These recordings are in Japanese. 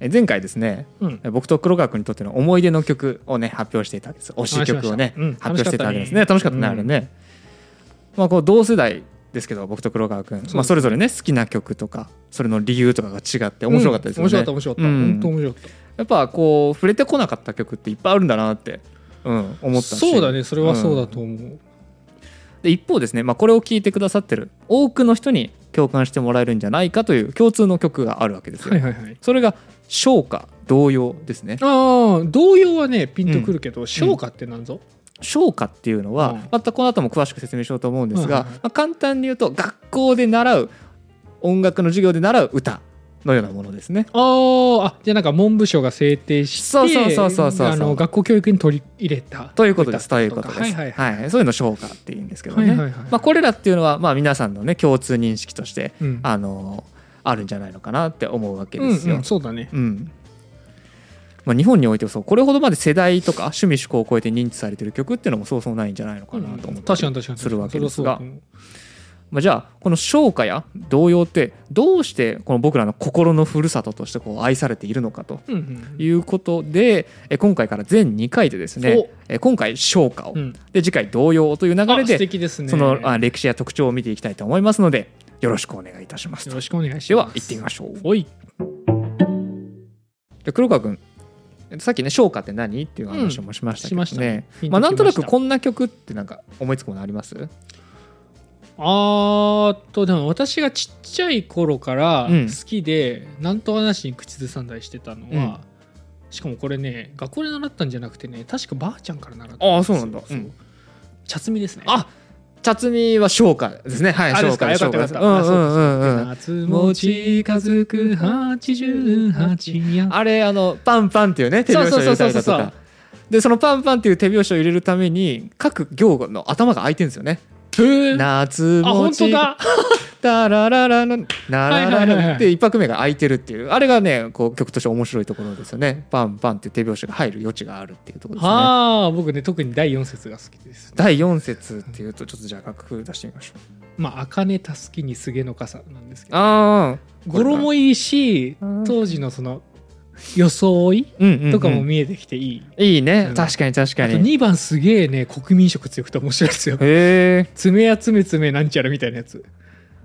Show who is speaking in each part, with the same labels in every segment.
Speaker 1: え前回ですね、
Speaker 2: うん
Speaker 1: 僕と黒川君にとっての思い出の曲をね発表していたわけです推し曲をね
Speaker 2: 話しましたうん
Speaker 1: 発表していたわけですね楽
Speaker 2: 楽
Speaker 1: し
Speaker 2: し
Speaker 1: か
Speaker 2: か
Speaker 1: っ
Speaker 2: ったた
Speaker 1: ね
Speaker 2: ね
Speaker 1: あれね、まあこう同世代ですけど僕と黒川君
Speaker 2: す
Speaker 1: まあ、それぞれね好きな曲とかそれの理由とかが違って面白かったですよね、
Speaker 2: 面白かった面白かった、
Speaker 1: うん
Speaker 2: 本当面白かった
Speaker 1: やっぱこう触れてこなかった曲っていっぱいあるんだなって、うん、思ったし
Speaker 2: そうだねそれはそうだ
Speaker 1: ん
Speaker 2: と思う、
Speaker 1: で一方ですね、まあ、これを聴いてくださってる多くの人に共感してもらえるんじゃないかという共通の曲があるわけですよ、
Speaker 2: はいはいはい
Speaker 1: それが「唱歌童謡」ですね
Speaker 2: ああ童謡はねピンとくるけど唱歌、ってなんぞ
Speaker 1: 唱歌っていうのは、
Speaker 2: うん
Speaker 1: またこの後も詳しく説明しようと思うんですが、
Speaker 2: うんうんうん
Speaker 1: まあ、簡単に言うと学校で習う音楽の授業で習う歌のようなものですね
Speaker 2: あーあじゃあなんか文部省が制定して
Speaker 1: そうそうそうそうそう
Speaker 2: あの学校教育に取り入れた
Speaker 1: ということです。という
Speaker 2: 歌
Speaker 1: こと
Speaker 2: か
Speaker 1: です。
Speaker 2: はいはいはい、
Speaker 1: そういうの唱歌って言うんですけどね。
Speaker 2: はいはいはい
Speaker 1: まあこれらっていうのはまあ皆さんのね共通認識として、
Speaker 2: うん
Speaker 1: あのあるんじゃないのかなって思うわけ
Speaker 2: うん
Speaker 1: ですよ。
Speaker 2: うんそうだね
Speaker 1: うんまあ、日本においてもそうこれほどまで世代とか趣味嗜好を超えて認知されてる曲っていうのもそうそうないんじゃないのかなと思
Speaker 2: う
Speaker 1: っ
Speaker 2: ん
Speaker 1: て、
Speaker 2: 確かに確かに
Speaker 1: するわけですが
Speaker 2: それはそう
Speaker 1: まあ、じゃあこの唱歌や童謡ってどうしてこの僕らの心のふるさととしてこう愛されているのかと
Speaker 2: だうんうん
Speaker 1: いうことでえ今回から全2回でですねえ今回唱歌を、
Speaker 2: うん
Speaker 1: で次回童謡という流
Speaker 2: あ
Speaker 1: れ
Speaker 2: 素
Speaker 1: で
Speaker 2: 敵ですね
Speaker 1: そのあ歴史や特徴を見ていきたいと思いますのでよろしくお願いいたします
Speaker 2: よ
Speaker 1: と
Speaker 2: ろしくお願いし
Speaker 1: では
Speaker 2: ます
Speaker 1: 行ってみましょう
Speaker 2: おい
Speaker 1: で黒川君えっとさっきね「唱歌って何?」っていう話もしましたけど
Speaker 2: うんしました
Speaker 1: ね
Speaker 2: ね
Speaker 1: まあ、なんとなく
Speaker 2: ピンときました
Speaker 1: こんな曲ってなんか思いつくものあります
Speaker 2: あーっとでも私がちっちゃい頃から
Speaker 1: うん
Speaker 2: 好きで、なんと話に口ずさんだりしてたのは、しかもこれね学校で習ったんじゃなくてね確かばあちゃんから習った
Speaker 1: あーそうなんだ
Speaker 2: そう
Speaker 1: うん
Speaker 2: 茶摘みですね
Speaker 1: あ辰巳は唱歌ですねはい
Speaker 2: あ
Speaker 1: 唱
Speaker 2: です
Speaker 1: 歌
Speaker 2: かよかったよかっ
Speaker 1: 唱
Speaker 2: た
Speaker 1: 歌うんうんうんうん
Speaker 2: 夏も近づく八十八夜
Speaker 1: あれあのパンパンっていうね手拍子を入れたりだと
Speaker 2: そうそうそうそうそう
Speaker 1: かでそのパンパンっていう手拍子を入れるために各行の頭が開いてるんですよね
Speaker 2: へー
Speaker 1: 夏
Speaker 2: あ
Speaker 1: も
Speaker 2: 本当
Speaker 1: ち
Speaker 2: だ
Speaker 1: タラララランナララ
Speaker 2: はいはいはい
Speaker 1: ラ
Speaker 2: は
Speaker 1: ン
Speaker 2: い
Speaker 1: って一拍目が空いてるっていうあれがねこう曲として面白いところですよねパンパンっていう手拍子が入る余地があるっていうところですね
Speaker 2: ああ僕ね特に第四節が好きです
Speaker 1: 第4節っていうとちょっとじゃあ楽譜出してみましょう
Speaker 2: まあ茜たすきに菅の傘なんですけど
Speaker 1: ああ
Speaker 2: 語呂もいいし
Speaker 1: うん
Speaker 2: 当時のその装い
Speaker 1: うんうんうん
Speaker 2: とかも見えてきていい、
Speaker 1: いいね
Speaker 2: うん
Speaker 1: 確かに確か
Speaker 2: あと
Speaker 1: に
Speaker 2: 2番すげえね国民色強くて面白いですよ
Speaker 1: へえ
Speaker 2: 爪や爪爪なんちゃらみたいなやつ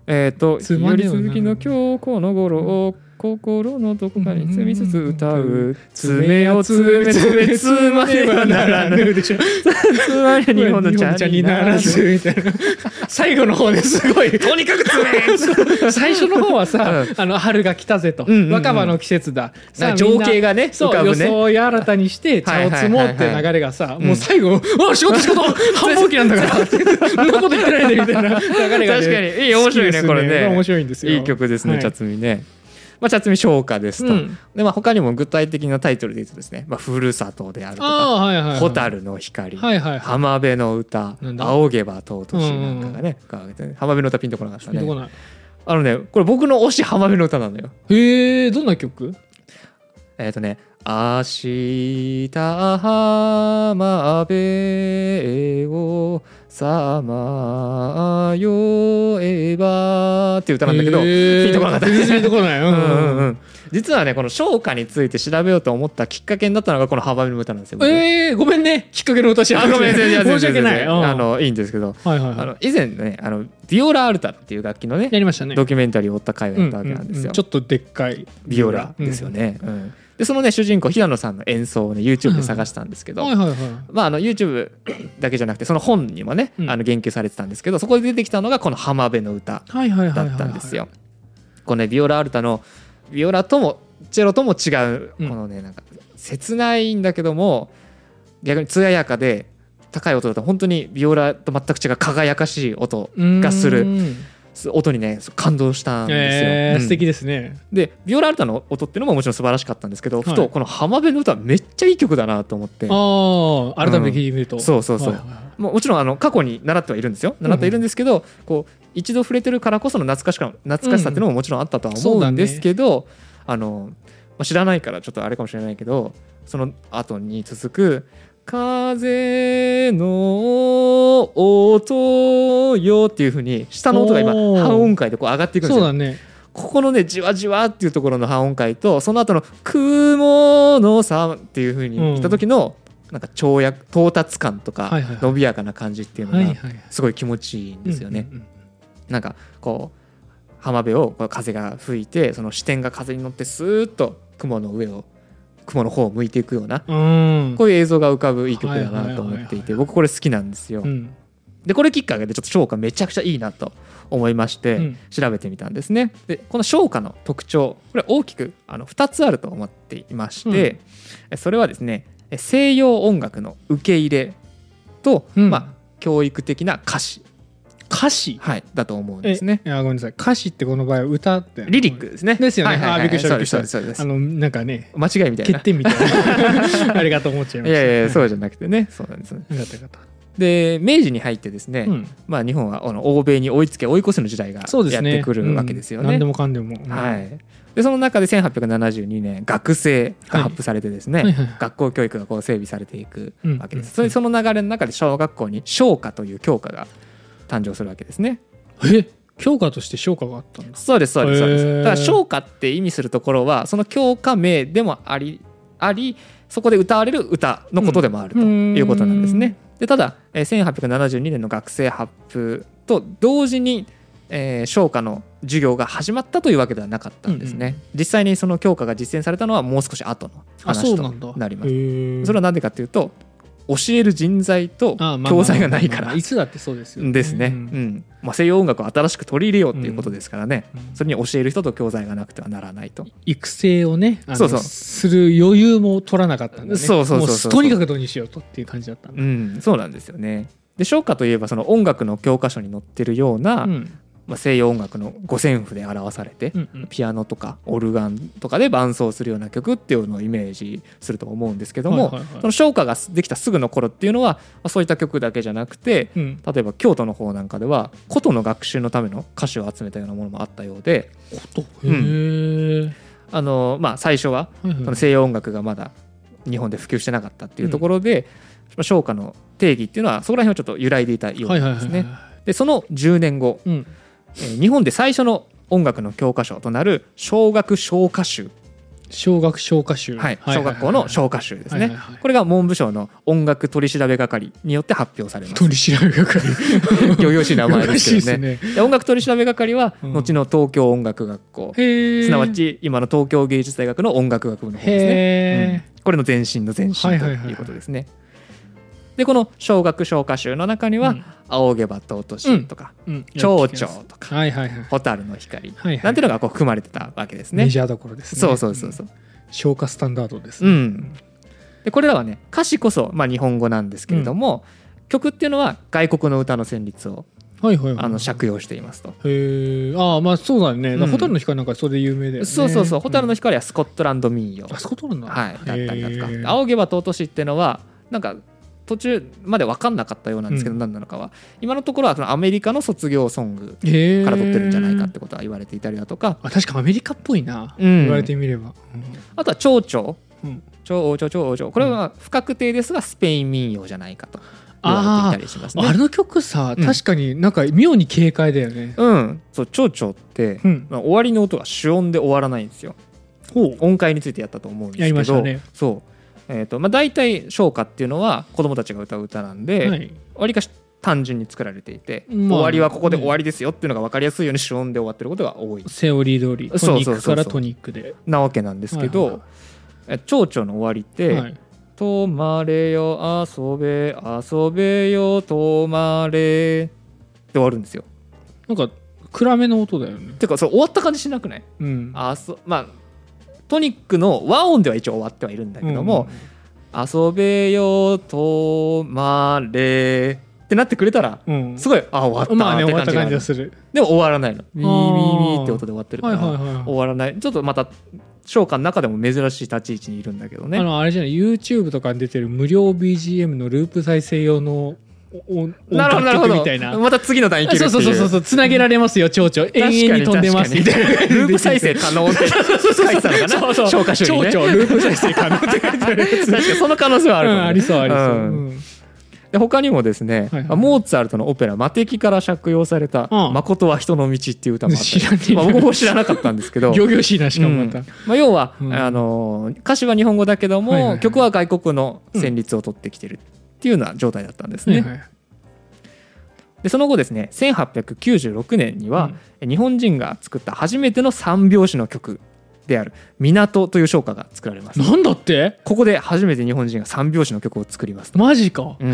Speaker 1: えっと「
Speaker 2: つ
Speaker 1: よ
Speaker 2: まり
Speaker 1: り
Speaker 2: はな
Speaker 1: 続きの今日この頃を心のどこかに積みつつ歌う」「爪
Speaker 2: 爪
Speaker 1: を
Speaker 2: を
Speaker 1: 詰
Speaker 2: 爪
Speaker 1: め爪
Speaker 2: 爪爪
Speaker 1: つ
Speaker 2: ま
Speaker 1: ま
Speaker 2: で
Speaker 1: ね
Speaker 2: は
Speaker 1: ば
Speaker 2: な
Speaker 1: なら
Speaker 2: らぬ
Speaker 1: ぬ」
Speaker 2: でしょ
Speaker 1: 「つまりは日本の茶にな らず」
Speaker 2: みたいな最後の方ですごいとにかく爪最初の方 はさ、あの春が来たぜと、
Speaker 1: うんうんうん
Speaker 2: 若葉の季節ださあ
Speaker 1: 情景
Speaker 2: が
Speaker 1: がね
Speaker 2: そ
Speaker 1: 浮か
Speaker 2: う
Speaker 1: ぶ
Speaker 2: 予
Speaker 1: ね
Speaker 2: 想を新たにして
Speaker 1: はい
Speaker 2: 茶
Speaker 1: は
Speaker 2: を
Speaker 1: いはいはい
Speaker 2: 摘もうって流れがさ、
Speaker 1: うん
Speaker 2: もう最後「あ仕事仕事繁忙期なんだから」 ってそんなこと言ってないでみたいな流れが、ね、
Speaker 1: 確かにいい面白いね
Speaker 2: 好きです
Speaker 1: これね
Speaker 2: 面白いんですよ
Speaker 1: いい曲ですね、
Speaker 2: はい
Speaker 1: 茶摘みね。まあ、茶摘み昇華ですと、
Speaker 2: うん
Speaker 1: でまあ、他にも具体的なタイトルで言うとですね「まあ、ふるさと」であるとか
Speaker 2: ああはいはいは
Speaker 1: 「
Speaker 2: い
Speaker 1: 蛍の光」
Speaker 2: はい はいはい
Speaker 1: 浜辺の歌
Speaker 2: なんだ
Speaker 1: 仰げば尊し」なんかがね、浜辺の歌ピンとこなかった
Speaker 2: 出てこ
Speaker 1: ね
Speaker 2: ない
Speaker 1: あのねこれ僕の推し浜辺の歌なのよ
Speaker 2: へえどんな曲
Speaker 1: えっ、とね「明日浜辺をさまよえば」っていう歌なんだけど、
Speaker 2: 聞
Speaker 1: ピンとこなかった
Speaker 2: 全然出てこ ない、う
Speaker 1: うんんう
Speaker 2: う
Speaker 1: んん
Speaker 2: う
Speaker 1: うんん、実はねこの唱歌について調べようと思ったきっかけになったのがこの「ハバの歌」なんですよ。僕
Speaker 2: えー、ごめんねきっかけの歌知ら
Speaker 1: あ
Speaker 2: な
Speaker 1: ご
Speaker 2: く
Speaker 1: めん
Speaker 2: て
Speaker 1: なさい全然
Speaker 2: 申し訳な
Speaker 1: 全
Speaker 2: い、
Speaker 1: 然
Speaker 2: うん
Speaker 1: あのいいんですけど
Speaker 2: はいはい
Speaker 1: あ
Speaker 2: はい
Speaker 1: の以前ねあのビオラ・アルタっていう楽器のね
Speaker 2: やりましたね
Speaker 1: ドキュメンタリーを追った回をやったわけなんですよ。
Speaker 2: うううちょっとでっかい
Speaker 1: ビオラですよ、ね、うんでそのね主人公平野さんの演奏をね YouTube で探したんですけ
Speaker 2: う
Speaker 1: ど、
Speaker 2: んはいはいはい
Speaker 1: まあ、あの YouTube だけじゃなくてその本にもね、
Speaker 2: うん
Speaker 1: あの言及されてたんですけどそこで出てきたのがこの「浜辺の歌」
Speaker 2: はいはいはいは
Speaker 1: だ
Speaker 2: い
Speaker 1: ったんですよ。このねビオラ・アルタのビオラともチェロとも違う
Speaker 2: うん
Speaker 1: このねなんか切ないんだけども逆に艶やかで高い音だと本当にビオラと全く違う輝かしい音がす
Speaker 2: う
Speaker 1: る
Speaker 2: ーん
Speaker 1: 音にね感動したんですよ。
Speaker 2: えー
Speaker 1: うん
Speaker 2: 素敵ですね
Speaker 1: でビオラ・アルタの音っていうのももちろん素晴らしかったんですけど、
Speaker 2: はい
Speaker 1: ふとこの浜辺の歌めっちゃいい曲だなと思っても
Speaker 2: ああ改めて聞いてみると、
Speaker 1: うんそうそうそう
Speaker 2: はいはいはいう
Speaker 1: もちろんあの過去に習ってはいるんですよ習ってはいるんですけど、こう一度触れてるからこその懐かしか懐かしさっていうのももちろんあったとは
Speaker 2: そ
Speaker 1: 思
Speaker 2: う
Speaker 1: う
Speaker 2: だ
Speaker 1: ん
Speaker 2: ね
Speaker 1: ですけど、あのまあ知らないからちょっとあれかもしれないけどその後に続く「風の音よ」っていうふうに下の音が今
Speaker 2: おー
Speaker 1: 半音階でこう上がっていくんです
Speaker 2: そう
Speaker 1: よ。
Speaker 2: だね
Speaker 1: ここのねじわじわっていうところの半音階とその後の「雲のさ」っていうふうに来た時の、なんか跳躍到達感とか、
Speaker 2: はいはいはい
Speaker 1: 伸びやかな感じっていうの
Speaker 2: はいはい
Speaker 1: が
Speaker 2: はい
Speaker 1: すごい気持ちいいんですよね。
Speaker 2: うんうんうん
Speaker 1: なんかこう浜辺をこう風が吹いてその視点が風に乗ってスーッと雲の上を雲の方を向いていくような
Speaker 2: うん
Speaker 1: こういう映像が浮かぶいい曲だなと思っていて
Speaker 2: はいはいはいはい
Speaker 1: 僕これ好きなんですよ。
Speaker 2: うん
Speaker 1: でこれきっかけでちょっと昇華めちゃくちゃいいなと思いまして、
Speaker 2: うん
Speaker 1: 調べてみたんですね。でこの昇華の特徴これ大きくあの2つあると思っていまして、えそれはですねえ西洋音楽の受け入れと、
Speaker 2: うん
Speaker 1: まあ、教育的な歌詞、
Speaker 2: 歌詞
Speaker 1: はい、だと思うん
Speaker 2: え
Speaker 1: ですね。
Speaker 2: いやごめんなさい歌詞ってこの場合は歌って
Speaker 1: リリックですね。
Speaker 2: ですよね
Speaker 1: はいはいはい
Speaker 2: あびっくりし
Speaker 1: そ
Speaker 2: た
Speaker 1: うですそう
Speaker 2: びっく
Speaker 1: ですそ
Speaker 2: り
Speaker 1: うです
Speaker 2: あのなんかね
Speaker 1: 間違いみたいな
Speaker 2: 欠。点みたい なあれがと思っちゃいま
Speaker 1: い
Speaker 2: した
Speaker 1: やいやそううじゃなくてねそうなんですよね
Speaker 2: よかったよかった
Speaker 1: で明治に入ってですね、
Speaker 2: うん
Speaker 1: まあ、日本はあの欧米に追いつけ追い越せの時代がや
Speaker 2: そうです
Speaker 1: っ
Speaker 2: ね
Speaker 1: てくるわけですよ
Speaker 2: うん
Speaker 1: ね
Speaker 2: 何で。もかんでも
Speaker 1: はいい、でその中で1872年学生が発布されてですね、
Speaker 2: はいはいはい
Speaker 1: 学校教育がこう整備されていくわけです、
Speaker 2: うんうんうん
Speaker 1: それその流れの中で小学校に商科という教科が誕生するわけですね
Speaker 2: え教科として昇華があったんです
Speaker 1: そうですそうですそうです
Speaker 2: へー
Speaker 1: だから商科って意味するところはその教科名でもありありそこで歌われる歌のことでもあると
Speaker 2: うん
Speaker 1: いうことなんですね、でただえー1872年の学生発布と同時にえー商科の授業が始まったというわけではなかったんですね、
Speaker 2: うんう
Speaker 1: 実際にその教科が実践されたのはもう少し後の
Speaker 2: あそ
Speaker 1: 話
Speaker 2: う
Speaker 1: と
Speaker 2: なんだ
Speaker 1: なります
Speaker 2: へ
Speaker 1: そ
Speaker 2: ー
Speaker 1: れは何でかというと教える人材と
Speaker 2: あまあ
Speaker 1: 教材がないか
Speaker 2: まあまあま
Speaker 1: ら
Speaker 2: あいつだってそうですよ
Speaker 1: ですね、う
Speaker 2: うんん
Speaker 1: まあ、西洋音楽を新しく取り入れようっていうことですからね、
Speaker 2: うん
Speaker 1: それに教える人と教材がなくてはならないと。
Speaker 2: 育成をねあの
Speaker 1: そうそう
Speaker 2: する余裕も取らなかったんだね
Speaker 1: そうそうそうそう
Speaker 2: もとにかくどうにしようとっていう感じだったん
Speaker 1: う
Speaker 2: だ
Speaker 1: ん、そうなんですよね。で唱歌といえばその音楽の教科書に載ってるような、
Speaker 2: うん
Speaker 1: まあ、西洋音楽の五線譜で表されて、
Speaker 2: うんうん
Speaker 1: ピアノとかオルガンとかで伴奏するような曲っていうのをイメージすると思うんですけども、
Speaker 2: はいはいはい
Speaker 1: その唱歌ができたすぐの頃っていうのは、まあ、そういった曲だけじゃなくて
Speaker 2: うん
Speaker 1: 例えば京都の方なんかでは琴の学習のための歌詞を集めたようなものもあったようで
Speaker 2: こと
Speaker 1: う
Speaker 2: へ
Speaker 1: ん
Speaker 2: ー
Speaker 1: あの、まあ、最初は
Speaker 2: はいはい
Speaker 1: その西洋音楽がまだ日本で普及してなかったっていうところで、まあ唱歌の定義っていうのはそこら辺はちょっと揺らいでいたよう
Speaker 2: はい
Speaker 1: な
Speaker 2: は
Speaker 1: いんです
Speaker 2: はい
Speaker 1: ね。
Speaker 2: はい
Speaker 1: でその10年後、
Speaker 2: うん
Speaker 1: えー日本で最初の音楽の教科書となる小学唱歌集、
Speaker 2: 小学小歌集
Speaker 1: はい、小学校の
Speaker 2: 学
Speaker 1: 唱歌集です
Speaker 2: はいはい
Speaker 1: ね。
Speaker 2: はい
Speaker 1: これが文部省の音楽取り調べ係によって発表され ます。
Speaker 2: 取り調べ係
Speaker 1: よよしい名前ですけどね
Speaker 2: ね
Speaker 1: で音楽取り調べ係は
Speaker 2: うん
Speaker 1: 後の東京音楽学校、
Speaker 2: へえ
Speaker 1: すなわち今の東京芸術大学の音楽学部の方ですね。
Speaker 2: へえ
Speaker 1: これの前身の前身と
Speaker 2: はいはいはいはい
Speaker 1: いうことですね。でこの「小学唱歌集」の中には「
Speaker 2: うん
Speaker 1: 仰げば尊し」とか「蝶々」とか
Speaker 2: はいはいはい
Speaker 1: 「蛍の光」
Speaker 2: はいはい
Speaker 1: なんていうのがこう含まれてたわけですね。
Speaker 2: メジャーどころですね
Speaker 1: そうそうそうそう。
Speaker 2: 消化スタンダードです
Speaker 1: う
Speaker 2: ね
Speaker 1: ん、でこれらはね歌詞こそ、まあ、日本語なんですけれども、曲っていうのは外国の歌の旋律を
Speaker 2: はいはいはい
Speaker 1: あの借用していますと。
Speaker 2: へえああまあそうだねだか
Speaker 1: うん
Speaker 2: ら蛍の光なんかそれで有名だよね
Speaker 1: そうそうそう「蛍の
Speaker 2: 光
Speaker 1: 光」はスコットランド民謡、
Speaker 2: あそこ取るんだ
Speaker 1: はい、だったりだとか「
Speaker 2: へえ
Speaker 1: 仰げば尊し」っていうのはなんか途中まで分かんなかったようなんですけど、
Speaker 2: うん
Speaker 1: 何なのかは今のところはそのアメリカの卒業ソング
Speaker 2: へえ
Speaker 1: から取ってるんじゃないかってことは言われていたりだとか
Speaker 2: あ確かアメリカっぽいな
Speaker 1: うん
Speaker 2: 言われてみれば
Speaker 1: あとは蝶々蝶
Speaker 2: うんうん
Speaker 1: 々蝶々これは不確定ですがスペイン民謡じゃないかと言われていたりしますね。
Speaker 2: あれの曲さ
Speaker 1: うん
Speaker 2: 確かになんか妙に軽快だよね
Speaker 1: うん、そう蝶々って、
Speaker 2: うん
Speaker 1: まあ、終わりの音が主音で終わらないんですよ。
Speaker 2: ほ
Speaker 1: 音階についてやったと思うんで
Speaker 2: や
Speaker 1: す
Speaker 2: り
Speaker 1: け
Speaker 2: ました
Speaker 1: ど、
Speaker 2: ね
Speaker 1: そう、えっ、とまあ大体唱歌っていうのは子供たちが歌う歌なんで、
Speaker 2: はい
Speaker 1: わりかし単純に作られていて、
Speaker 2: まあ
Speaker 1: 終わりはここで終わりですよっていうのが分かりやすいように主音で終わってることが多い
Speaker 2: セオリー通り
Speaker 1: そ
Speaker 2: ト
Speaker 1: う
Speaker 2: ニ
Speaker 1: そうそうそう
Speaker 2: ックからトニックで
Speaker 1: なわけなんですけど、
Speaker 2: はいは
Speaker 1: え蝶々の終わりって「
Speaker 2: はい
Speaker 1: 止まれよ遊べ遊べよ止まれ」って終わるんですよ。
Speaker 2: なんか暗めの音だよね
Speaker 1: てかそれ終わった感じしなくない
Speaker 2: うん
Speaker 1: あそまあトニックの和音では一応終わってはいるんだけども「遊べよ止まれ」ってなってくれたら
Speaker 2: うんうん
Speaker 1: すごいあ終わった
Speaker 2: まあね
Speaker 1: って
Speaker 2: 終わった
Speaker 1: があ
Speaker 2: 感
Speaker 1: る
Speaker 2: じがする
Speaker 1: でも終わらないの。ウィー
Speaker 2: あー
Speaker 1: ウィーウィーって音で終わってるか
Speaker 2: はい
Speaker 1: ら、
Speaker 2: はいはい
Speaker 1: 終わらない。ちょっとまた、唱歌の中でも珍しい立ち位置にいるんだけど
Speaker 2: あ
Speaker 1: ね。
Speaker 2: のあれじゃない YouTube とかに出てる無料 BGM のループ再生用のおお
Speaker 1: なるほど、なるほ
Speaker 2: 音楽
Speaker 1: ど。
Speaker 2: みたいな
Speaker 1: また次の段いけるって
Speaker 2: そ
Speaker 1: いうう。
Speaker 2: そうそうそうそうつなげられますよ蝶々
Speaker 1: 確か
Speaker 2: 永遠に飛んでますみ
Speaker 1: 確
Speaker 2: た
Speaker 1: か
Speaker 2: い
Speaker 1: に
Speaker 2: な
Speaker 1: ループ再生可能って書いてたのかな。
Speaker 2: そうそう
Speaker 1: 唱歌処理ね。
Speaker 2: 蝶々ループ再生可能って書いてあるやつ
Speaker 1: 確かにその可能性はある
Speaker 2: う
Speaker 1: かもね
Speaker 2: んありそうありそう
Speaker 1: うん
Speaker 2: うん
Speaker 1: で他にもですね、
Speaker 2: はいはい
Speaker 1: まあモーツァルトのオペラ「魔笛」から借用された
Speaker 2: ああ
Speaker 1: 「誠は人の道」っていう歌もあって
Speaker 2: 知らねえな
Speaker 1: まあ、僕も知らなかったんですけど
Speaker 2: 行々しいなしかもまた、
Speaker 1: うんまあ、要は、
Speaker 2: うん
Speaker 1: あのー歌詞は日本語だけども、
Speaker 2: はいはいはい
Speaker 1: 曲は外国の旋律を取ってきてるっていうような状態だったんですね。
Speaker 2: ねはい
Speaker 1: でその後ですね1896年には
Speaker 2: うん、
Speaker 1: え日本人が作った初めての三拍子の曲である「港」という唱歌が作られます。
Speaker 2: なんだって
Speaker 1: ここで初めて日本人が三拍子の曲を作りますとだか
Speaker 2: マジか、
Speaker 1: うん
Speaker 2: へ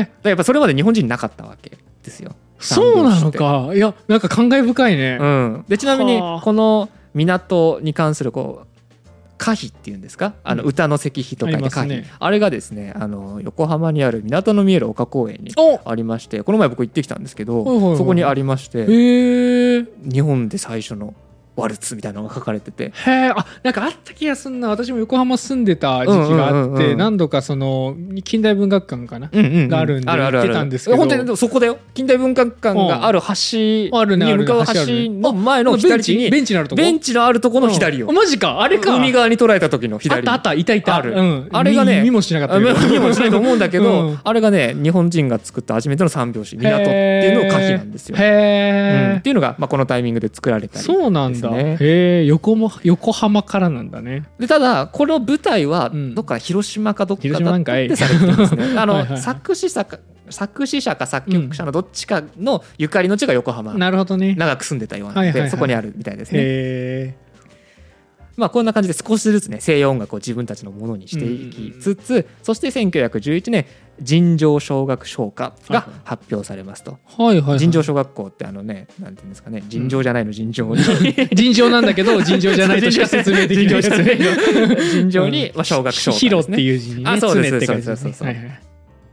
Speaker 2: え
Speaker 1: らやっぱそれまで日本人なかったわけですよ。
Speaker 2: そうなのかいやなんか感慨深いね、
Speaker 1: うん、でちなみに
Speaker 2: はあ
Speaker 1: この港に関するこう歌碑っていうんですかあの
Speaker 2: うん
Speaker 1: 歌の石碑とか
Speaker 2: あり
Speaker 1: で
Speaker 2: ま
Speaker 1: 歌
Speaker 2: す
Speaker 1: 碑、
Speaker 2: ね
Speaker 1: あれがですねあの横浜にある港の見える丘公園に
Speaker 2: お
Speaker 1: ありましてこの前僕行ってきたんですけど、
Speaker 2: はいはいはい
Speaker 1: そこにありまして
Speaker 2: へえ
Speaker 1: 日本で最初のワルツみたいなのが書かれてて
Speaker 2: へえあなんかあった気がすんな私も横浜住んでた時期があって、
Speaker 1: うんうんうんうん
Speaker 2: 何度かその近代文学館かな、
Speaker 1: うんうんうん
Speaker 2: があるんで
Speaker 1: あるある
Speaker 2: 行
Speaker 1: あ
Speaker 2: って
Speaker 1: る
Speaker 2: たんですけど
Speaker 1: 本当にでもそこだよ近代文化館がある橋
Speaker 2: あるねあ
Speaker 1: に向
Speaker 2: るね
Speaker 1: かう
Speaker 2: 橋あるね
Speaker 1: 橋の前の
Speaker 2: ベン
Speaker 1: 左
Speaker 2: チ
Speaker 1: に
Speaker 2: ベンチのあるとこ
Speaker 1: ベンチのあるとこ
Speaker 2: チ
Speaker 1: の左よ
Speaker 2: マジかあれか
Speaker 1: 海側に捉えた時の
Speaker 2: あっ
Speaker 1: 左
Speaker 2: たあったいたいた
Speaker 1: ある
Speaker 2: うん、
Speaker 1: あれがね
Speaker 2: 見見もしなかった
Speaker 1: あ
Speaker 2: けど
Speaker 1: まあ見もしないと思うんだけど、
Speaker 2: うん
Speaker 1: あれがね日本人が作った初めての三拍子「港」っていうのを歌碑なんですよ。
Speaker 2: へ
Speaker 1: うんっ
Speaker 2: え、
Speaker 1: ていうのが、まあ、このタイミングで作られたり
Speaker 2: そうなん
Speaker 1: で
Speaker 2: だ、
Speaker 1: す
Speaker 2: へえ横も横浜からなんだね
Speaker 1: でただこの舞台は
Speaker 2: うん
Speaker 1: どっか広島かどっかだ
Speaker 2: 広島なん
Speaker 1: っ
Speaker 2: かい
Speaker 1: てされてるんですね。あ
Speaker 2: はいはい
Speaker 1: の
Speaker 2: はい
Speaker 1: 作詞作作詞者か作曲者のどっちかのゆかりの地が横浜、
Speaker 2: なるほどね
Speaker 1: 長く住んでたようなので、
Speaker 2: はいはいはい
Speaker 1: そこにあるみたいですね。
Speaker 2: へえ
Speaker 1: まあこんな感じで少しずつね西洋音楽を自分たちのものにしていきつつ、そして1911年尋常小学唱歌が発表されますと。
Speaker 2: はい はい、はい、
Speaker 1: 尋常小学校ってあのねなんていうんですかね尋常じゃないの尋常に
Speaker 2: 尋常なんだけ ど尋常じゃないとしか説明できないやつね
Speaker 1: 尋常に、まあ、小学小
Speaker 2: ヒ
Speaker 1: 学で
Speaker 2: ロっ
Speaker 1: す
Speaker 2: て
Speaker 1: ね
Speaker 2: いう字にね
Speaker 1: あそうです
Speaker 2: 常って書いてます
Speaker 1: そうそうそうそう
Speaker 2: はいはい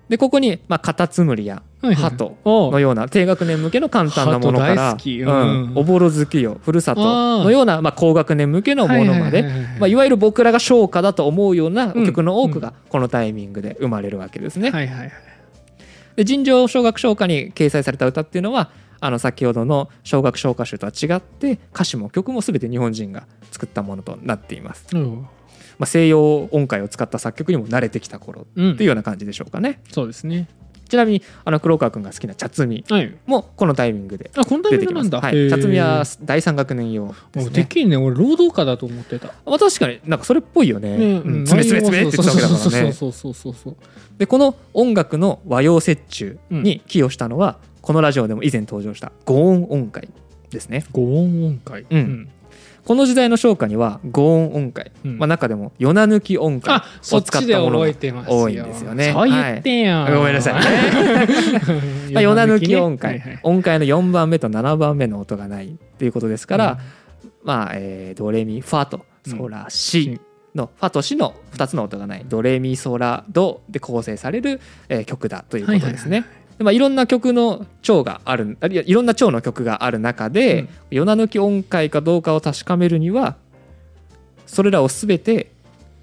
Speaker 1: でここに、まあ、カタツムリや
Speaker 2: はいはい
Speaker 1: 鳩
Speaker 2: おう
Speaker 1: のような低学年向けの簡単なものか
Speaker 2: 鳩大
Speaker 1: ら
Speaker 2: 好きう
Speaker 1: ん
Speaker 2: ん
Speaker 1: おぼろ月よふるさとのようなまあ、高学年向けのものま
Speaker 2: はい
Speaker 1: で
Speaker 2: はいはいはい
Speaker 1: まあいわゆる僕らが唱歌だと思うような
Speaker 2: うん
Speaker 1: 曲の多くがこのタイミングで生まれるわけですね。
Speaker 2: はいはいはい
Speaker 1: で尋常小学唱歌に掲載された歌っていうのはあの先ほどの小学唱歌集とは違って歌詞も曲も全て日本人が作ったものとなっています、
Speaker 2: うん
Speaker 1: まあ、西洋音階を使った作曲にも慣れてきた頃
Speaker 2: うん
Speaker 1: っていうような感じでしょうかね、
Speaker 2: そうですね
Speaker 1: ちなみにあの黒川君が好きな茶摘み
Speaker 2: はい
Speaker 1: もこのタイミングで
Speaker 2: あこのタイ
Speaker 1: 出
Speaker 2: ミ
Speaker 1: てき
Speaker 2: ングな
Speaker 1: ま
Speaker 2: ん
Speaker 1: す、
Speaker 2: だ
Speaker 1: はい、茶摘みは第三学年用で
Speaker 2: ですてっ
Speaker 1: ね
Speaker 2: きりね俺労働家だと思ってた
Speaker 1: まあ確かになんかそれっぽいよね
Speaker 2: ね
Speaker 1: うん詰め詰め詰めって言ってたわけだからね
Speaker 2: そうそうそうそうそうそう
Speaker 1: でこの音楽の和洋折衷に寄与したのは、このラジオでも以前登場した五音音階ですね
Speaker 2: 五音音階
Speaker 1: うんこの時代の唱歌には五音音階、
Speaker 2: うん
Speaker 1: まあ、中でも「夜な抜き音階
Speaker 2: あそっちで覚えてますよ
Speaker 1: 多いんですよね
Speaker 2: そう言ってよ」
Speaker 1: ごめんな さいね
Speaker 2: い
Speaker 1: まあ夜な抜き音階、
Speaker 2: はいはい
Speaker 1: 音階の4番目と7番目の音がないっていうことですから、まあ、えードレミファとソラシのファとシの2つの音がないドレミソラドで構成される、えー曲だということですね。でまあ、いろんな曲の調があるあるいはいろんな調の曲がある中で、
Speaker 2: うん
Speaker 1: 夜な抜き音階かどうかを確かめるにはそれらを全て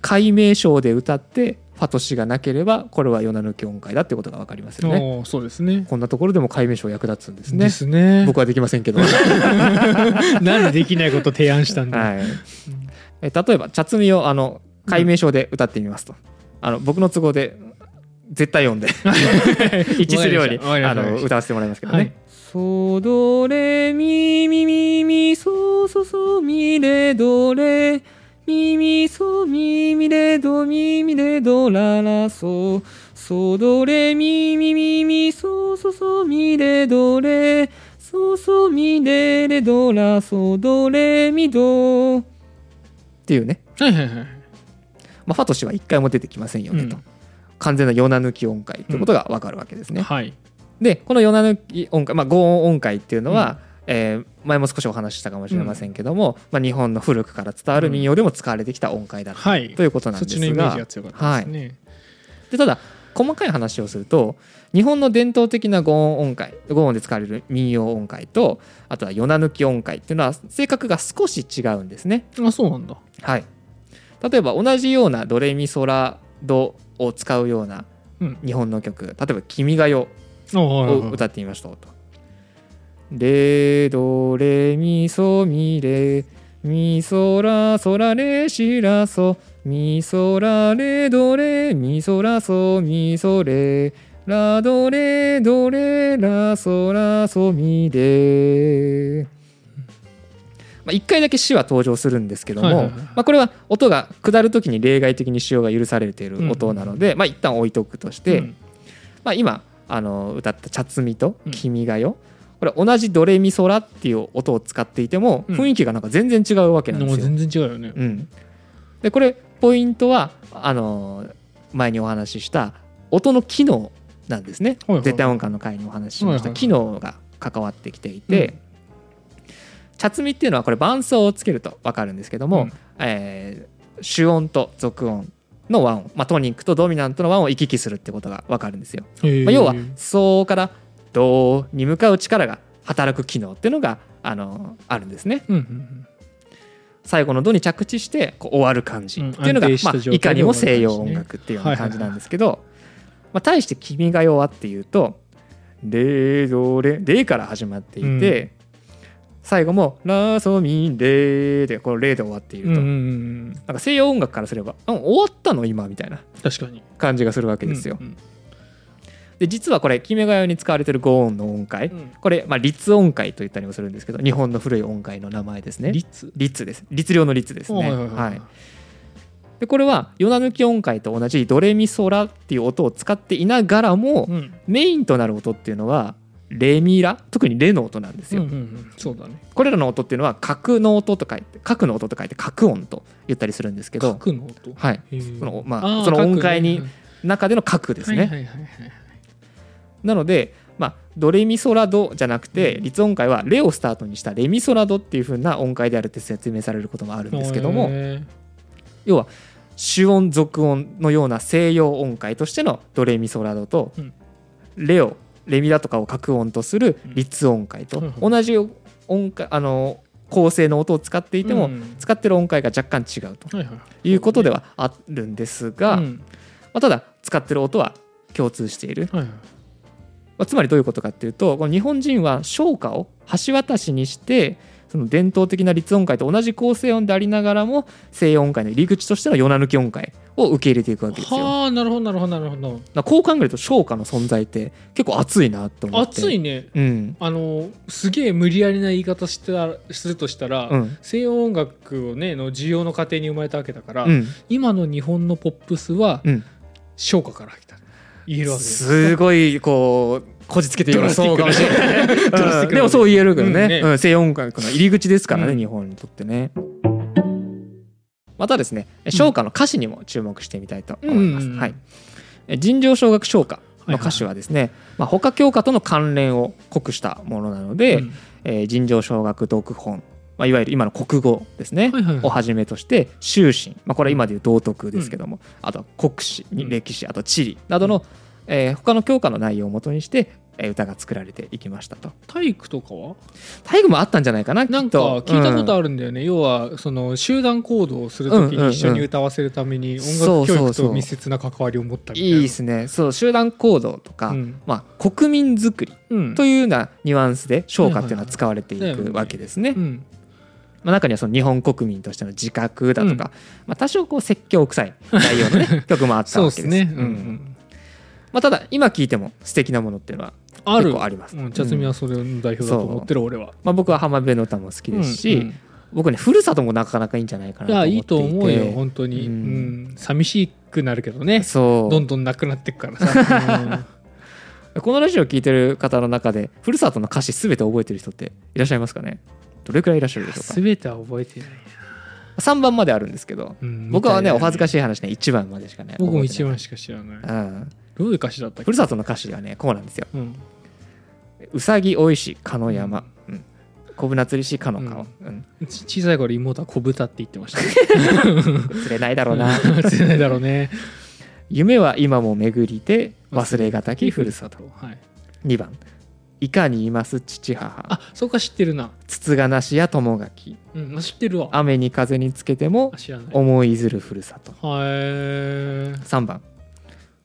Speaker 1: 解明賞で歌ってファとシがなければこれは夜な抜き音階だってことが分かりますよね。
Speaker 2: おーそうですね
Speaker 1: こんなところでも解明賞役立つんですね。
Speaker 2: ですね
Speaker 1: 僕はできませんけ ど。
Speaker 2: なんでできないこと提案したんだ
Speaker 1: はい、え例えば茶摘みをあの解明書で歌ってみますと、あの僕の都合で絶対読んで一致するように
Speaker 2: わかりま
Speaker 1: あ
Speaker 2: したわかりま
Speaker 1: の
Speaker 2: した
Speaker 1: 歌わせてもらいますけど
Speaker 2: は
Speaker 1: ね
Speaker 2: い。
Speaker 1: ソドレミミミミソソソミレドレミミソミミレドミミレドララソソドレミミミミソソソミレドレソソミレレドラソドレミドっていうね、
Speaker 2: はいはいはい
Speaker 1: まあ、ファとシは一回も出てきませんよねと、
Speaker 2: うん
Speaker 1: 完全なヨナ抜き音階ってことがわかるわけですね、
Speaker 2: はい
Speaker 1: でこのヨナ抜き音階、まあ、五音音階っていうのは、えー前も少しお話ししたかもしれませんけども、まあ、日本の古くから伝わる民謡でも使われてきた音階だった、
Speaker 2: はい
Speaker 1: ということなん
Speaker 2: そっ
Speaker 1: です
Speaker 2: ちのイメー
Speaker 1: が
Speaker 2: ジが強かったですね
Speaker 1: でただ細かい話をすると日本の伝統的な五音音階五音で使われる民謡音階とあとはヨナ抜き音階っていうのは性格が少し違うんですね。
Speaker 2: あそうなんだ
Speaker 1: はい、例えば同じようなドレミソラドを使うような
Speaker 2: うん
Speaker 1: 日本の曲、例えば「君が代」
Speaker 2: あはいはい
Speaker 1: を歌ってみましたと。レドレミソミレミソラソラレシラソミソラレドレミソラソミソレラドレドレラソラソミレまあ、1回だけ死は登場するんですけども、
Speaker 2: はいはいはい
Speaker 1: まあ、これは音が下る時に例外的に使用が許されている音なので、まあ、一旦置いとくとして、
Speaker 2: うん
Speaker 1: まあ、今あの歌った「茶摘み」と「
Speaker 2: うん
Speaker 1: 君がよ」これ同じ「ドレミソラ」っていう音を使っていても
Speaker 2: うん
Speaker 1: 雰囲気がなんか全然違うわけなんですよ。
Speaker 2: 全然違うよね、
Speaker 1: うん、でこれポイントはあの前にお話しした音の機能なんですね、
Speaker 2: はいはい
Speaker 1: 絶対音感の回にお話ししました、
Speaker 2: はいはいはい
Speaker 1: 機能が関わってきていて、茶摘みっていうのはこれ伴奏をつけると分かるんですけども、
Speaker 2: うん
Speaker 1: えー主音と続音の和音、まあ、トニックとドミナントの和音を行き来するってことが分かるんですよ。
Speaker 2: へー
Speaker 1: まあ、要はそうからドに向かう力が働く機能っていうのがあのあるんですね。
Speaker 2: うんうん
Speaker 1: 最後の「ド」に着地してこう終わる感じっ
Speaker 2: うん
Speaker 1: ていうのが、
Speaker 2: 安定し
Speaker 1: ま
Speaker 2: た
Speaker 1: あ、
Speaker 2: 状
Speaker 1: いか
Speaker 2: 態
Speaker 1: に
Speaker 2: で
Speaker 1: も
Speaker 2: 終わ
Speaker 1: 西
Speaker 2: る感じね
Speaker 1: 洋音楽っていうような感じなんですけど、まあ、対して「君が代は」っていうと「レドレ」「レ」から始まっていて、最後も「ラソミレ」でこの「レ」で終わってい
Speaker 2: うんう
Speaker 1: ると、
Speaker 2: んうん
Speaker 1: なん
Speaker 2: うん
Speaker 1: か西洋音楽からすれば「うん終わったの今」みたいな
Speaker 2: 確かに
Speaker 1: 感じがするわけですよ。
Speaker 2: うん
Speaker 1: で実はこれ「君が代」に使われてる五音の音階、
Speaker 2: うん
Speaker 1: これ、まあ、律音階と言ったりもするんですけど日本の古い音階の名前ですね。
Speaker 2: 率
Speaker 1: 律です律令の律ですね。
Speaker 2: はいはいはい
Speaker 1: はいでこれは「ヨナ抜き音階」と同じドレミソラっていう音を使っていながらも、
Speaker 2: うん
Speaker 1: メインとなる音っていうのはレミラ特にレの音なんです
Speaker 2: うんう
Speaker 1: よ、
Speaker 2: んうんそうだね
Speaker 1: これらの音っていうのは角の音と書いて角の音と書いて角音と言ったりするんですけど
Speaker 2: 角の音
Speaker 1: はい
Speaker 2: へー
Speaker 1: そのまあ
Speaker 2: あー
Speaker 1: その音階に
Speaker 2: 角ね
Speaker 1: 中での角ですね、
Speaker 2: はいはいはいはい
Speaker 1: なのでまあドレミソラドじゃなくて、律音階はレをスタートにしたレミソラドっていう風な音階であるって説明されることもあるんですけども、
Speaker 2: へー
Speaker 1: 要は主音続音のような西洋音階としてのドレミソラドと、
Speaker 2: うん
Speaker 1: レオレミラとかを格音とする律音階と、
Speaker 2: うんはいはい
Speaker 1: 同じ音階あの構成の音を使っていても、
Speaker 2: うん
Speaker 1: 使ってる音階が若干違うと
Speaker 2: はいはい
Speaker 1: いうことではあるんですが、
Speaker 2: うん
Speaker 1: まあ、ただ使ってる音は共通している、
Speaker 2: はいはい
Speaker 1: まあ、つまりどういうことかっていうとこの日本人は唱歌を橋渡しにしてその伝統的な律音階と同じ構成音でありながらも西洋音階の入り口としてのヨナ抜き音階を受け入れていくわけですよ。
Speaker 2: はあなるほどなるほどなるほど
Speaker 1: だからこう考えると唱歌の存在って結構熱いなと思って
Speaker 2: 熱いね
Speaker 1: うん
Speaker 2: あのすげえ無理やりな言い方したらするとしたら、
Speaker 1: うん
Speaker 2: 西洋音楽をねの需要の過程に生まれたわけだから、
Speaker 1: うん
Speaker 2: 今の日本のポップスは
Speaker 1: うん
Speaker 2: 昇華から来た言えるわけです
Speaker 1: すごいこうこじつけて言うのそうかもしれない
Speaker 2: ドラスティックな
Speaker 1: うんでもそう言えるけど
Speaker 2: う
Speaker 1: ね
Speaker 2: んね
Speaker 1: うん西洋音楽の入り口ですからね、
Speaker 2: うん
Speaker 1: 日本にとってねまたですね唱歌の歌詞にも注目してみたいと思います、
Speaker 2: うん
Speaker 1: はいえ尋常小学唱歌の歌詞はですね、まあ、他教科との関連を濃くしたものなので、
Speaker 2: うん
Speaker 1: えー尋常小学読本、まあ、いわゆる今の国語ですね、
Speaker 2: はいはいはい
Speaker 1: をはじめとして修身、まあ、これは今でいう道徳ですけども、あとは国史に
Speaker 2: うん
Speaker 1: 歴史あと地理などの、えー他の教科の内容をもとにして、えー歌が作られていきましたと
Speaker 2: 体育とかは
Speaker 1: 体育もあったんじゃないかな
Speaker 2: なんか聞いたこと
Speaker 1: あ
Speaker 2: あるんだよね、要はその集団行動をするときに一緒に歌わせるために
Speaker 1: うん
Speaker 2: 音
Speaker 1: うんうんそう
Speaker 2: 楽教育
Speaker 1: そうそ
Speaker 2: と
Speaker 1: う
Speaker 2: 密接な関わりを持ったみたい
Speaker 1: い
Speaker 2: ない
Speaker 1: ですねそう集団行動とか、
Speaker 2: うん
Speaker 1: まあ、国民づくり
Speaker 2: うん
Speaker 1: というようなニュアンスで唱歌っていうのは
Speaker 2: はいはいはい
Speaker 1: 使われてい
Speaker 2: だよね
Speaker 1: くわけですね。
Speaker 2: うん
Speaker 1: まあ、中にはその日本国民としての自覚だとか、まあ、多少こう説教臭い内容の、 ね、曲もあった
Speaker 2: そう
Speaker 1: わ
Speaker 2: で
Speaker 1: けですす。
Speaker 2: ね、うんう
Speaker 1: うん
Speaker 2: ん、
Speaker 1: まあ、ただ今聞いても素敵なものっていうのは
Speaker 2: あ
Speaker 1: 結
Speaker 2: る
Speaker 1: 構あります。
Speaker 2: うん、茶摘みはそれの代表だと思ってる俺は。
Speaker 1: まあ、僕は浜辺の歌も好きですし、
Speaker 2: うんうん
Speaker 1: 僕ねふるさともなかなかいいんじゃないかないと思ってい
Speaker 2: や
Speaker 1: て
Speaker 2: いいと思うよ本当に、
Speaker 1: う
Speaker 2: うんん寂しくなるけどね
Speaker 1: そう
Speaker 2: どんどんなくなってくからさ、
Speaker 1: このラジオ聞いてる方の中でふるさとの歌詞すべて覚えてる人っていらっしゃいますかねどれくらいいらっしゃるでしょ
Speaker 2: す
Speaker 1: う
Speaker 2: べては覚えてないな、
Speaker 1: か3番まであるんですけど
Speaker 2: うん
Speaker 1: 僕はねお恥ずか
Speaker 2: しい
Speaker 1: しい話ね1番までしかね
Speaker 2: 僕も一
Speaker 1: 覚
Speaker 2: 番しか知らない
Speaker 1: えてないうん
Speaker 2: どういう歌詞だったっ
Speaker 1: ふ
Speaker 2: け
Speaker 1: るさとの歌詞ではねこうなんですよ
Speaker 2: うん
Speaker 1: うさぎおいしかの山、うん、小舟釣りしかの顔、うん
Speaker 2: ち小さい頃妹は小豚って言ってました
Speaker 1: 釣れないだ ろうな、
Speaker 2: うん釣れないだろうね
Speaker 1: 夢は今も巡りて忘れがたきふるさと
Speaker 2: はい
Speaker 1: 2番いかにいます父母
Speaker 2: あそうか知ってるな
Speaker 1: つつがなしや友がき
Speaker 2: うん知ってるわ
Speaker 1: 雨に風につけても
Speaker 2: あ知らない
Speaker 1: 思いずるふるさと
Speaker 2: はい
Speaker 1: 3番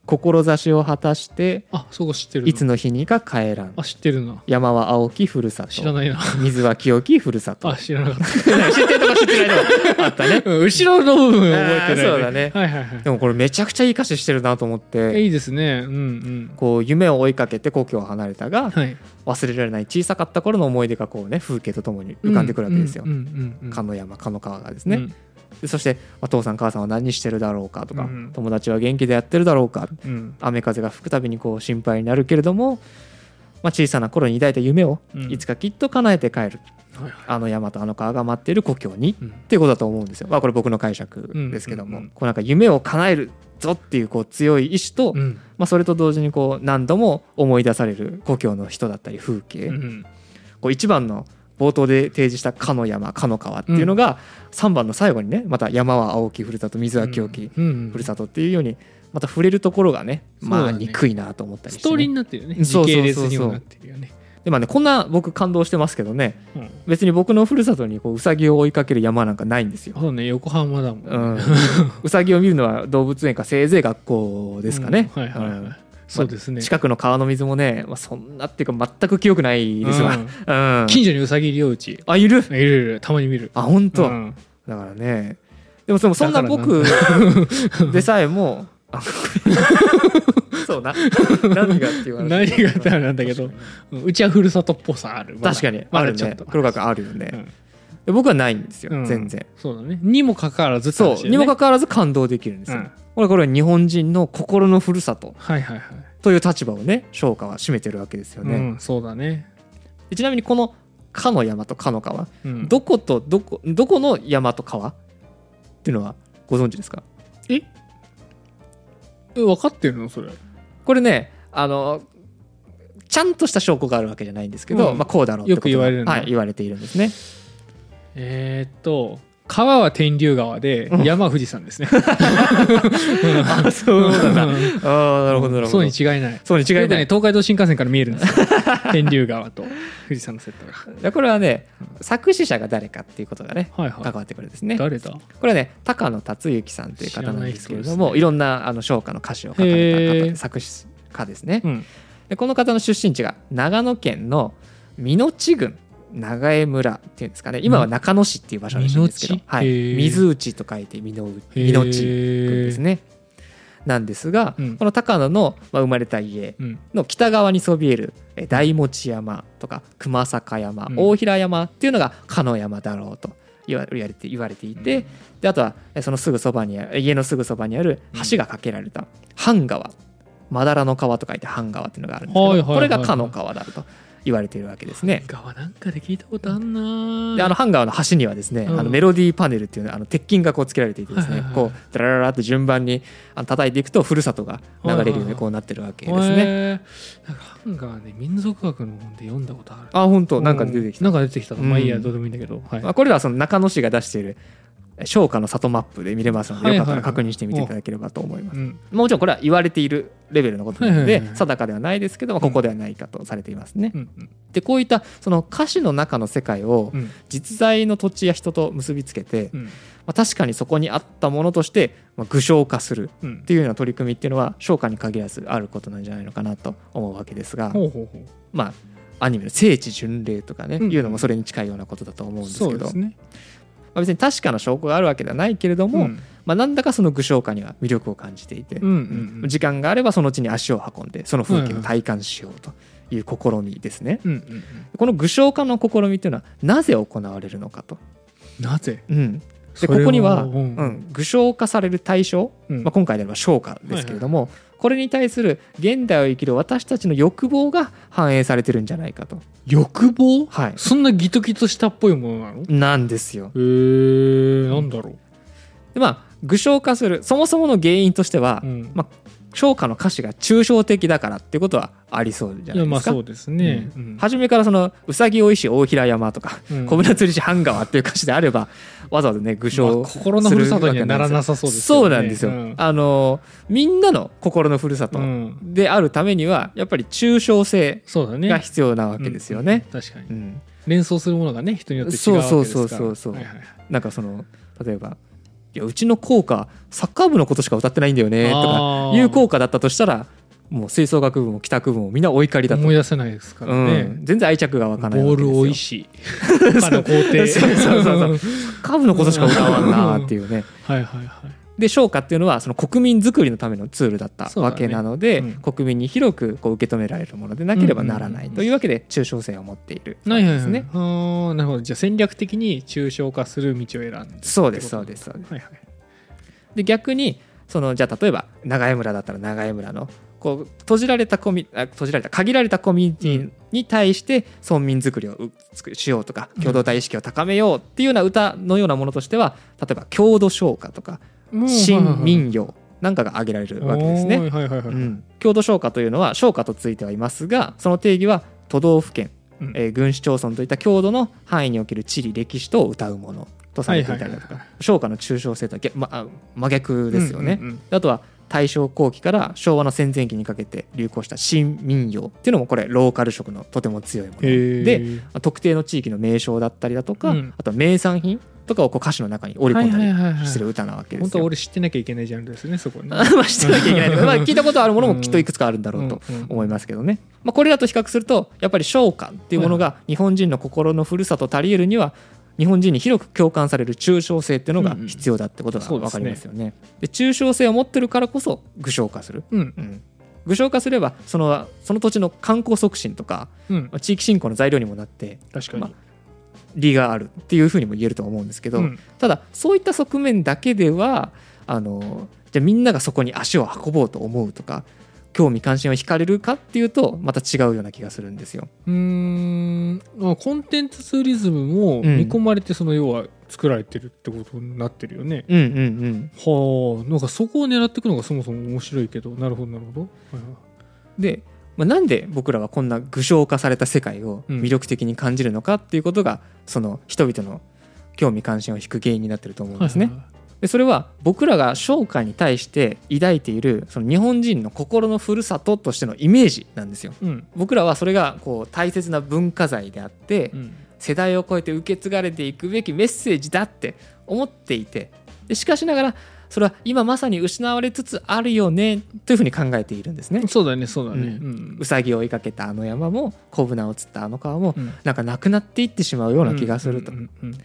Speaker 1: 志を果たして
Speaker 2: あそこ知ってるない
Speaker 1: つの日にか帰らん
Speaker 2: あ知ってるな
Speaker 1: 山は青きふるさ
Speaker 2: 知ら
Speaker 1: と
Speaker 2: ないな
Speaker 1: 水は清きふるさと
Speaker 2: あ知らなかっ
Speaker 1: 知ってるとか知ってないと かあったね
Speaker 2: た うん後ろの部分覚えてない、
Speaker 1: あーそうだね
Speaker 2: はいはいはい
Speaker 1: でもこれめちゃくちゃいい歌詞してるなと思っ
Speaker 2: え
Speaker 1: て
Speaker 2: いいですねうんうん
Speaker 1: こう夢を追いかけて故郷を離れた が
Speaker 2: はい
Speaker 1: 忘れられない小さかった頃の思い出がこうね風景とともに浮かんでくるわけですよ
Speaker 2: うんうんうんうん
Speaker 1: かの山かの川がです
Speaker 2: うん
Speaker 1: ね、でそして、まあ父さん母さんは何してるだろうかとか、
Speaker 2: うん
Speaker 1: 友達は元気でやってるだろうか
Speaker 2: うん
Speaker 1: 雨風が吹くたびにこう心配になるけれども、まあ、小さな頃に抱いた夢を
Speaker 2: うん
Speaker 1: いつかきっと叶えて帰る、
Speaker 2: はいはい
Speaker 1: あの山とあの川が待っている故郷にっ
Speaker 2: うん
Speaker 1: ていうことだと思うんですよ、まあ、これ僕の解釈ですけども、
Speaker 2: うんうんうん
Speaker 1: こうなんか夢を叶えるぞっていうこう強い意志と、
Speaker 2: うん
Speaker 1: まあ、それと同時にこう何度も思い出される故郷の人だったり風景、
Speaker 2: うん
Speaker 1: こう一番の冒頭で提示した「かの山かの川」っていうのが3番の最後にねまた「山は青きふるさと水は清き
Speaker 2: うんうん
Speaker 1: ふるさと」っていうようにまた触れるところがねま
Speaker 2: そう
Speaker 1: あ
Speaker 2: だね
Speaker 1: 憎いなと思ったり
Speaker 2: ス
Speaker 1: して
Speaker 2: トーリー
Speaker 1: ね
Speaker 2: になってるよね
Speaker 1: そ
Speaker 2: 時
Speaker 1: うそうそうそう
Speaker 2: 系列にもなってるよね
Speaker 1: でまあねこんな僕感動してますけどね
Speaker 2: うん
Speaker 1: 別に僕のふるさとにこううさぎを追いかける山なんかないんですよ。
Speaker 2: そうね横浜だもんね、
Speaker 1: うん うさぎを見るのは動物園かせいぜい学校ですかね。
Speaker 2: うんはいはいはい
Speaker 1: うん
Speaker 2: そうですね、
Speaker 1: 近くの川の水もね、まあ、そんなっていうか全く記憶ないですわ。
Speaker 2: うん
Speaker 1: うん
Speaker 2: 近所にうさぎ領地い
Speaker 1: あいる
Speaker 2: るいるたまに見る
Speaker 1: あ本当、
Speaker 2: うん
Speaker 1: だからねでもでもそんな
Speaker 2: だからな
Speaker 1: 僕でさえもあ そうな何がって言われ
Speaker 2: 何がってなんだけどうんうちはふるさとっぽさあるまだ
Speaker 1: 確かに
Speaker 2: ま
Speaker 1: あ
Speaker 2: だ
Speaker 1: る
Speaker 2: ちょっ
Speaker 1: ね
Speaker 2: と
Speaker 1: 黒川君あるよ
Speaker 2: う
Speaker 1: ね
Speaker 2: ん
Speaker 1: で僕はないんですよ
Speaker 2: うん
Speaker 1: 全然
Speaker 2: そうだねにもかかわらずって話だ
Speaker 1: そ
Speaker 2: よね
Speaker 1: うにもかかわらず感動できるんです
Speaker 2: う
Speaker 1: よ
Speaker 2: ん
Speaker 1: これこれは日本人の心のふるさと
Speaker 2: はいはいはい
Speaker 1: という立場をね昇華は占めてるわけですよ
Speaker 2: う
Speaker 1: ね
Speaker 2: んそうだね
Speaker 1: でちなみにこの「かの山」と「かの川」
Speaker 2: うん
Speaker 1: どことどこどこの山と川っていうのはご存知ですか
Speaker 2: ええ分かってるのそれ
Speaker 1: これねあのちゃんとした証拠があるわけじゃないんですけど、
Speaker 2: うん
Speaker 1: まあ、こうだろうってことが
Speaker 2: よく言われるんだ
Speaker 1: はい、言われているんですね
Speaker 2: えーっと川は天竜川で
Speaker 1: うん
Speaker 2: 山は富士山ですね
Speaker 1: あ そうなん だあ
Speaker 2: ん
Speaker 1: ーなるほどなるほ
Speaker 2: そう
Speaker 1: ど
Speaker 2: に違いない
Speaker 1: そうに違
Speaker 2: よ
Speaker 1: い
Speaker 2: く
Speaker 1: な
Speaker 2: ね
Speaker 1: い、
Speaker 2: 東海道新幹線から見える んですよ天竜川と富士山のセットが
Speaker 1: いやこれはね作詞者が誰かっていうことがね
Speaker 2: はい
Speaker 1: 関
Speaker 2: は
Speaker 1: わってくるんですね
Speaker 2: い
Speaker 1: こ
Speaker 2: 誰だ
Speaker 1: れはね高野達之さんという方なんですけれど
Speaker 2: 知らない人です
Speaker 1: もい,、
Speaker 2: ね
Speaker 1: ろんなあの唱歌の歌詞を書かれた
Speaker 2: へー
Speaker 1: 方作詞家ですね、
Speaker 2: うん
Speaker 1: でこの方の出身地が長野県の美濃地郡長江村っていうんですかね今は中野市っていう場所らしいんですけど、
Speaker 2: 美濃地
Speaker 1: はい
Speaker 2: へー、
Speaker 1: 水内と書いて美濃美濃地
Speaker 2: へー
Speaker 1: ですね。なんですが、
Speaker 2: うん
Speaker 1: この高野の、まあ、生まれた家
Speaker 2: うん
Speaker 1: の北側にそびえるえ大持山とか熊坂山、
Speaker 2: うん
Speaker 1: 大平山っていうのが鹿野山だろうと言わ言われて言われていて、であとはえそのすぐそばにあ家のすぐそばにある橋が架けられた半川まだらの川と書いて半川っていうのがあるんですけど、
Speaker 2: はいはいはいはい
Speaker 1: これが鹿野川だと言われているわけですね。
Speaker 2: 川なんかで聞いたことあんなー
Speaker 1: であのハンガーの端にはですね、
Speaker 2: うん
Speaker 1: あのメロディーパネルっていうあの鉄筋がこうつけられていてですね、
Speaker 2: はいはいはい
Speaker 1: こうダラララと順番にあの叩いていくとふるさとが流れるようにこうなってるわけですね。
Speaker 2: へーなんかハンガーね民族学の本で読んだことある
Speaker 1: あ本当なんか出てきた。
Speaker 2: なんか出てきたのまあいいや
Speaker 1: うん
Speaker 2: どうでもいいんだけどはい
Speaker 1: まあ、これらはその中野市が出している商家の里マップで見れますので、
Speaker 2: はい
Speaker 1: よ
Speaker 2: はい
Speaker 1: か
Speaker 2: は
Speaker 1: っ
Speaker 2: い
Speaker 1: たら確認してみていただければと思います。
Speaker 2: うん
Speaker 1: もちろんこれは言われているレベルのことなの
Speaker 2: はい
Speaker 1: で
Speaker 2: はいはい
Speaker 1: 定かではないですけどもここではないかとされていますね
Speaker 2: う。ん
Speaker 1: でこういったその歌詞の中の世界を
Speaker 2: うん
Speaker 1: 実在の土地や人と結びつけて、
Speaker 2: うん
Speaker 1: まあ、確かにそこにあったものとしてまあ具象化する
Speaker 2: うん
Speaker 1: っていうような取り組みっていうのは商家に限らずあることなんじゃないのかなと思うわけですが、
Speaker 2: ほうほうほ
Speaker 1: まあアニメの「聖地巡礼」とかね、
Speaker 2: うん
Speaker 1: いうのもそれに近いようなことだと思うん
Speaker 2: う
Speaker 1: です
Speaker 2: そ
Speaker 1: け
Speaker 2: う
Speaker 1: ど
Speaker 2: ですね
Speaker 1: まあ、別に確かな証拠があるわけではないけれども、
Speaker 2: うん
Speaker 1: まあ、なんだかその具象化には魅力を感じていて、
Speaker 2: うんうんうん
Speaker 1: 時間があればその地に足を運んでその風景を体感しようという試みですね。
Speaker 2: うんうんうん
Speaker 1: この具象化の試みというのはなぜ行われるのかと。
Speaker 2: なぜ
Speaker 1: うん、で
Speaker 2: そ
Speaker 1: こ
Speaker 2: れ
Speaker 1: こには、
Speaker 2: う
Speaker 1: うん
Speaker 2: ん
Speaker 1: 具象化される対象、
Speaker 2: うん
Speaker 1: まあ、今回であれば商家ですけれども、これに対する現代を生きる私たちの欲望が反映されてるんじゃないかと。
Speaker 2: 欲望
Speaker 1: はい、
Speaker 2: そんなギトギトしたっぽいものなのへ
Speaker 1: なんですよ。
Speaker 2: えなんだろ
Speaker 1: でまあ具象化するそもそもの原因としては、
Speaker 2: ううん
Speaker 1: ま唱歌の歌詞が抽象的だからっていうことはありそうじゃ
Speaker 2: い
Speaker 1: な
Speaker 2: や
Speaker 1: いで
Speaker 2: ますあ
Speaker 1: か。
Speaker 2: そうですねうん
Speaker 1: 初めからその「うさぎおいし大平山」とか
Speaker 2: う
Speaker 1: 「
Speaker 2: ん
Speaker 1: 小舟釣りし半川」っていう歌詞であればわざわざね具象
Speaker 2: まあ心のふるさとにはならなさそうですよね
Speaker 1: そうなんですよ、
Speaker 2: うん
Speaker 1: あのみんなの心のふるさと
Speaker 2: うん
Speaker 1: であるためにはやっぱり抽象性
Speaker 2: そうだね
Speaker 1: が必要なわけですよね、
Speaker 2: うん確かに
Speaker 1: うん
Speaker 2: 連想するものがね人によって違うわけですか
Speaker 1: そうそ
Speaker 2: ら
Speaker 1: うそうそうそう
Speaker 2: はいはいはい
Speaker 1: なんかその例えばいやうちの校歌サッカー部のことしか歌ってないんだよねとか
Speaker 2: あー
Speaker 1: いう校歌だったとしたらもう吹奏楽部も帰宅部もみんなお怒りだと
Speaker 2: 思い出せないですから
Speaker 1: う
Speaker 2: ね、
Speaker 1: ん、全然愛着が湧
Speaker 2: ボ
Speaker 1: かない
Speaker 2: ール多い
Speaker 1: し
Speaker 2: し他の工 程
Speaker 1: そうそうそうそうカーブのことしか歌わんなーっていうね
Speaker 2: はいはいはい
Speaker 1: で唱歌っていうのはその国民づくりのためのツールだった
Speaker 2: そうだね
Speaker 1: わけなので、
Speaker 2: うん
Speaker 1: 国民に広くこう受け止められるものでなければならな
Speaker 2: うんうんうん
Speaker 1: い
Speaker 2: うん
Speaker 1: というわけで中小生を持っているそ
Speaker 2: な
Speaker 1: う
Speaker 2: い
Speaker 1: で
Speaker 2: ですす
Speaker 1: ね
Speaker 2: ね。。あーなるほど。じゃあ戦略的に抽象化する道を選んで。
Speaker 1: そうですそうですそうです
Speaker 2: はいはい。
Speaker 1: で逆にそのじゃあ例えば長江村だったら長江村のこう閉じられたコミあ閉じられた限られたコミュニティに対して村民づくりをうつくしようとか
Speaker 2: うん
Speaker 1: 共同体意識を高めようっていうような歌のようなものとしては例えば郷土唱歌とか新民謡なんかが挙げられるわけですね。
Speaker 2: おーはいはいはい。
Speaker 1: うん、郷土商家というのは商家とついてはいますがその定義は都道府県、
Speaker 2: うん
Speaker 1: えー郡市町村といった郷土の範囲における地理歴史と歌うものとされていたりだと
Speaker 2: はいはい
Speaker 1: か
Speaker 2: はい
Speaker 1: 商家の抽象性とは逆、ま、あ真逆ですよね、
Speaker 2: うんうんうん
Speaker 1: あとは大正後期から昭和の戦前期にかけて流行した新民謡っていうのもこれローカル色のとても強いもの
Speaker 2: へー
Speaker 1: で特定の地域の名称だったりだとか、
Speaker 2: うん
Speaker 1: あとは名産品とかをこう歌詞の中に織り
Speaker 2: は
Speaker 1: 込
Speaker 2: い
Speaker 1: ん
Speaker 2: はい
Speaker 1: だ
Speaker 2: はいは
Speaker 1: り
Speaker 2: い。
Speaker 1: する歌なわけで
Speaker 2: 本
Speaker 1: す
Speaker 2: 当は
Speaker 1: よ。
Speaker 2: 俺知ってなきゃいけないジャンルですねそこね。
Speaker 1: まあ知ってなきゃいけないとかまあ聞いたことあるものもきっといくつかあるんだろうと
Speaker 2: うんうん
Speaker 1: 思いますけどね、まあ、これらと比較するとやっぱり商家っていうものが日本人の心の古さと足りえるには日本人に広く共感される抽象性っていうのが
Speaker 2: うんうん
Speaker 1: 必要だってことが
Speaker 2: そうで
Speaker 1: 分
Speaker 2: す
Speaker 1: か
Speaker 2: ね
Speaker 1: りますよね。で抽象性を持ってるからこそ具象化する、
Speaker 2: うん
Speaker 1: うん、具象化すればそのその土地の観光促進とか
Speaker 2: うん
Speaker 1: まあ地域振興の材料にもなって
Speaker 2: 確かに
Speaker 1: ま。利があるっていうふうにも言えると思うんですけど、
Speaker 2: うん
Speaker 1: ただそういった側面だけではあのじゃあみんながそこに足を運ぼうと思うとか興味関心を惹かれるかっていうとまた違うような気がするんですよ。
Speaker 2: うーんあコンテンツツーリズムも見込まれてその要は作られてるってことになってるよね。
Speaker 1: うんうんうん、
Speaker 2: はあなんかそこを狙っていくのがそもそも面白いけどなるほどなるほど。はいはい
Speaker 1: で、まあ、なんで僕らはこんな具象化された世界を魅力的に感じるのかっていうことが、その人々の興味関心を引く原因になってると思うんですね。
Speaker 2: はいはいはい
Speaker 1: でそれは僕らが商家に対して抱いているその日本人の心のふるさととしてのイメージなんですよ。
Speaker 2: うん
Speaker 1: 僕らはそれがこう大切な文化財であって、
Speaker 2: うん
Speaker 1: 世代を超えて受け継がれていくべきメッセージだって思っていてでしかしながらそれは今まさに失われつつあるよねというふうに考えているんですね。
Speaker 2: そうだねそうだね。
Speaker 1: う
Speaker 2: うん
Speaker 1: うさぎを追いかけたあの山も小舟を釣ったあの川も
Speaker 2: うん
Speaker 1: なんかなくなっていってしまうような気がすると、
Speaker 2: うんうんうんうん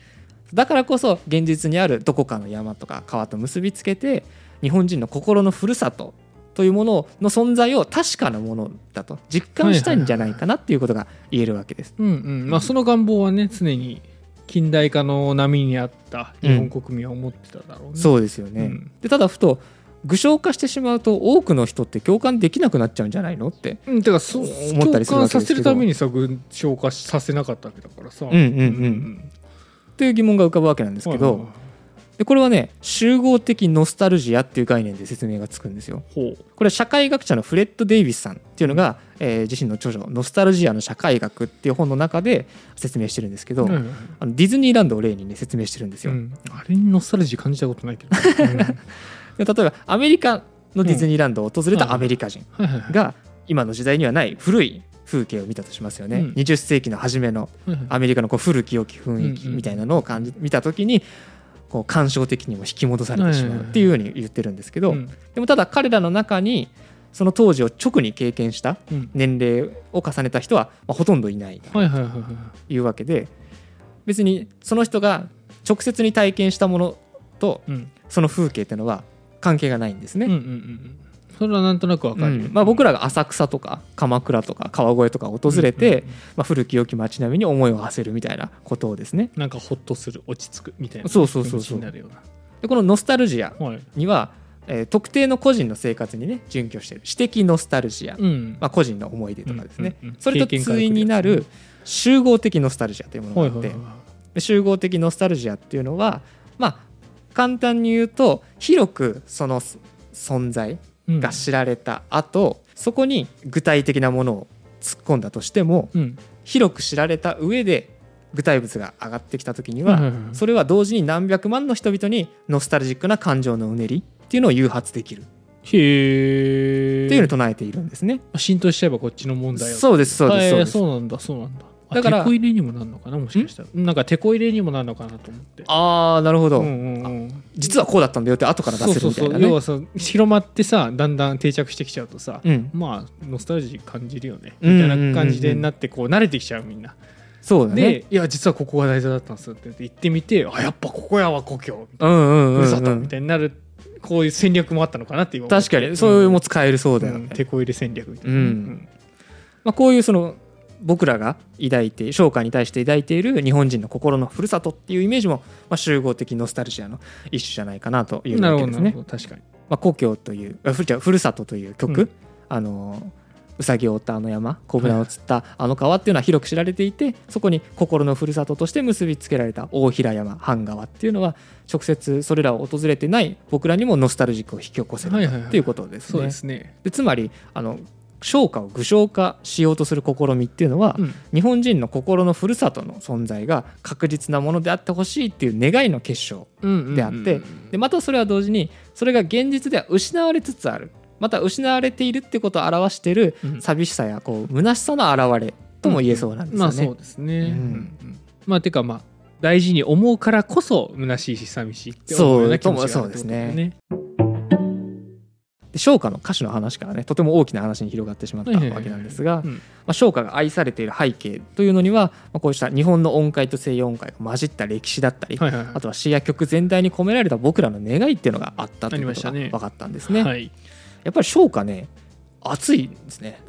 Speaker 1: だからこそ現実にあるどこかの山とか川と結びつけて日本人の心のふるさとというものの存在を確かなものだと実感したんじゃないかなっていうことが言えるわけです。
Speaker 2: うんうんまあその願望はね常に近代化の波にあった日本国民は思ってただろうね。
Speaker 1: そうですよね、
Speaker 2: うん
Speaker 1: でただふと具象化してしまうと多くの人って共感できなくなっちゃうんじゃないのって、
Speaker 2: うん、だからそう
Speaker 1: 思ったりするわ
Speaker 2: 共感
Speaker 1: けです
Speaker 2: さ
Speaker 1: け
Speaker 2: せ
Speaker 1: ど
Speaker 2: るためにさ具象化させなかったわけだからさ。
Speaker 1: うんうんうん、という疑問が浮かぶわけなんですけど、
Speaker 2: はいはいはい
Speaker 1: でこれはね集合的ノスタルジアっていう概念で説明がつくんですよ。
Speaker 2: ほ
Speaker 1: これは社会学者のフレッド・デイビスさんっていうのが、えー自身の著書「ノスタルジアの社会学」っていう本の中で説明してるんですけど、
Speaker 2: う、うん
Speaker 1: あのディズニーランドを例にね説明してるんです
Speaker 2: う
Speaker 1: よ。
Speaker 2: ん、あれにノスタルジー感じたことない けど、うんはい
Speaker 1: で例えばアメリカのディズニーランドを訪れたアメリカ人
Speaker 2: はいはいはい
Speaker 1: が今の時代にはない古い風景を見たとしますよね、
Speaker 2: うん
Speaker 1: 20世紀の初めのアメリカのこう古き良き雰囲気
Speaker 2: うんうん
Speaker 1: みたいなのを感じ、見た時にこう感傷的にも引き戻されてしまうっていうように言ってるんですけど、
Speaker 2: うん
Speaker 1: でもただ彼らの中にその当時を直に経験した
Speaker 2: うん
Speaker 1: 年齢を重ねた人はまあほとんどいないと
Speaker 2: はいはいはいはい
Speaker 1: いうわけで別にその人が直接に体験したものと
Speaker 2: うん
Speaker 1: その風景っていうのは関係がないんですね。
Speaker 2: うんうんうんうんそれはなんとなくわかるよ、
Speaker 1: うんまあ、僕
Speaker 2: ら
Speaker 1: らが浅草とか鎌倉とか川越とか訪れて、まあ、古き良き街並みに思いを馳せるみたいなことをですね
Speaker 2: なんかほっとする落ち着くみたいな
Speaker 1: そうそうそう
Speaker 2: 気
Speaker 1: そう
Speaker 2: 持ちになるよう
Speaker 1: でこのノスタルジア
Speaker 2: なはい
Speaker 1: には、えー特定の個人の生活にね準拠している私的ノスタルジア、
Speaker 2: うん
Speaker 1: まあ、個人の思い出とかですね、
Speaker 2: うんうんうん
Speaker 1: それと
Speaker 2: 経験から来る
Speaker 1: 対にな
Speaker 2: やつ
Speaker 1: る
Speaker 2: ね
Speaker 1: 集合的ノスタルジアというものがあって、で集合的ノスタルジアっていうのはまあ簡単に言うと広くそのそ存在
Speaker 2: い
Speaker 1: が知られた後、そこに具体的なものを突っ込んだとしても
Speaker 2: うん
Speaker 1: 広く知られた上で具体物が上がってきた時には、それは同時に何百万の人々にノスタルジックな感情のうねりっていうのを誘発できるっ
Speaker 2: へえ
Speaker 1: ていうのを唱えているんですね。
Speaker 2: 浸透しちゃえばこっちの問題
Speaker 1: そうですそうですそうです。
Speaker 2: そうなんだそうなんだあ
Speaker 1: だから
Speaker 2: テコ入れにもなるのかなもしかしたらなんかテコ入れにもなるのかなと思って
Speaker 1: ああなるほど、
Speaker 2: うんうんうん
Speaker 1: 実はこうだったんだよって後から出せるみたいな
Speaker 2: そうそうそう要
Speaker 1: ね
Speaker 2: はさ広まってさだんだん定着してきちゃうとさ、
Speaker 1: うん
Speaker 2: まあノスタルジー感じるよね
Speaker 1: うん
Speaker 2: み
Speaker 1: うんうん
Speaker 2: たいな感じでなってこう慣れてきちゃうみんな、
Speaker 1: そうだね
Speaker 2: でいや実はここが大事だったんですって言って行ってみてあやっぱここやわ故郷
Speaker 1: うんうんうん、
Speaker 2: ふるさ
Speaker 1: う
Speaker 2: とみ
Speaker 1: ん、
Speaker 2: たいになるこういう戦略もあったのかなって今思って
Speaker 1: 確かにそういうの
Speaker 2: ん
Speaker 1: も使えるそうだよ
Speaker 2: う
Speaker 1: ね
Speaker 2: ん、手こ入れ戦略みたいな、
Speaker 1: うんまあ、こういうその僕らが抱いて商家に対して抱いている日本人の心のふるさとっていうイメージも、まあ、集合的ノスタルジアの一種じゃないかなという
Speaker 2: な
Speaker 1: わ
Speaker 2: る
Speaker 1: け
Speaker 2: ほ
Speaker 1: です
Speaker 2: どなる
Speaker 1: ね
Speaker 2: ほ。ど確かに
Speaker 1: まあ、故郷というあふじゃあふるさとという曲、
Speaker 2: うん
Speaker 1: あのーうさぎを追ったあの山小舟を釣ったあの川っていうのは広く知られていてそこに心のふるさととして結びつけられた大平山半川っていうのは直接それらを訪れてない僕らにもノスタルジックを引き起こせる
Speaker 2: はいはいはい
Speaker 1: っていうことですね。
Speaker 2: そうですね、
Speaker 1: でつまりあの商家を具象化しようとする試みっていうのは、
Speaker 2: うん
Speaker 1: 日本人の心のふるさとの存在が確実なものであってほしいっていう願いの結晶
Speaker 2: うん
Speaker 1: であって、でまたそれは同時にそれが現実では失われつつあるまた失われているってことを表している
Speaker 2: うん
Speaker 1: 寂しさやこう虚しさの表れとも言えそうなんです
Speaker 2: ま
Speaker 1: よ
Speaker 2: あそう
Speaker 1: ね。
Speaker 2: ですね。
Speaker 1: うん
Speaker 2: うんまあてかまあ大事に思うからこそ虚しいし寂しいって思うような気持ちがあるってことだよね。
Speaker 1: で商家の歌手の話からねとても大きな話に広がってしまった
Speaker 2: はいはいはい
Speaker 1: わけなんですが
Speaker 2: う、ん
Speaker 1: まあ、商家が愛されている背景というのには、まあ、こうした日本の音階と西洋音階が混じった歴史だったり、
Speaker 2: はいはいはい
Speaker 1: あとは詩や曲全体に込められた僕らの願いっていうのがあったということ
Speaker 2: あ
Speaker 1: が
Speaker 2: りましたね
Speaker 1: 分かったんですね。
Speaker 2: はい。
Speaker 1: やっぱり商家ね熱いんです ね。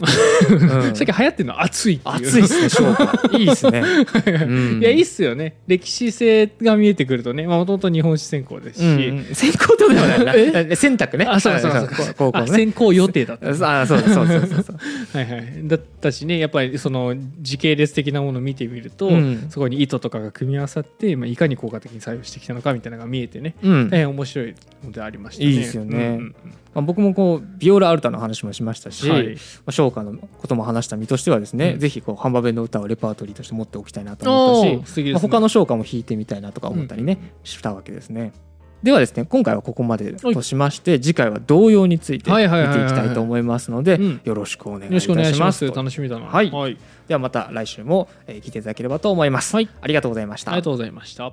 Speaker 1: うん
Speaker 2: さっき流行ってるのは熱いっていう。
Speaker 1: 熱いですね商家。いい ですね。うん
Speaker 2: いやいいっすよね。歴史性が見えてくるとね、まあもともと日本史専攻です
Speaker 1: うん
Speaker 2: し、
Speaker 1: うん先行ってことではないな。 え選択ね。
Speaker 2: あそうかそうかそう
Speaker 1: は
Speaker 2: か
Speaker 1: い高校
Speaker 2: あ
Speaker 1: ね。
Speaker 2: 選考予定だった。は
Speaker 1: あ そうだそうだそうだ そうだ。
Speaker 2: いはい。だったしね、やっぱりその時系列的なものを見てみると、
Speaker 1: うん
Speaker 2: そこに糸とかが組み合わさって、まあいかに効果的に作用してきたのかみたいなのが見えてね、
Speaker 1: うん。
Speaker 2: 大変面白いのでありましたね。
Speaker 1: いいですよね
Speaker 2: うんうんうん
Speaker 1: まあ僕もこうビオラアルタの話もしましたし、
Speaker 2: はい
Speaker 1: まあ、商家のことも話した身としてはですね、
Speaker 2: うん
Speaker 1: ぜひこう浜辺の歌をレパートリーとして持っておきたいなと思ったし、
Speaker 2: おー素敵ですね
Speaker 1: まあ、他の商家も弾いてみたいなとか思ったりね、したわけですね。ではですね今回はここまでとしまして次回は童謡について見
Speaker 2: は
Speaker 1: てい
Speaker 2: いはいはいはいはい
Speaker 1: きたいと思いますので
Speaker 2: うん
Speaker 1: よろしくお願
Speaker 2: よ
Speaker 1: い
Speaker 2: ろ
Speaker 1: い
Speaker 2: しくお願
Speaker 1: た
Speaker 2: い
Speaker 1: し
Speaker 2: し
Speaker 1: ま
Speaker 2: ます。
Speaker 1: す。
Speaker 2: 楽しみだな。
Speaker 1: はい
Speaker 2: はい、
Speaker 1: ではまた来週もえー聞いていただければと思います。ありがとうございました。
Speaker 2: ありがとうございました。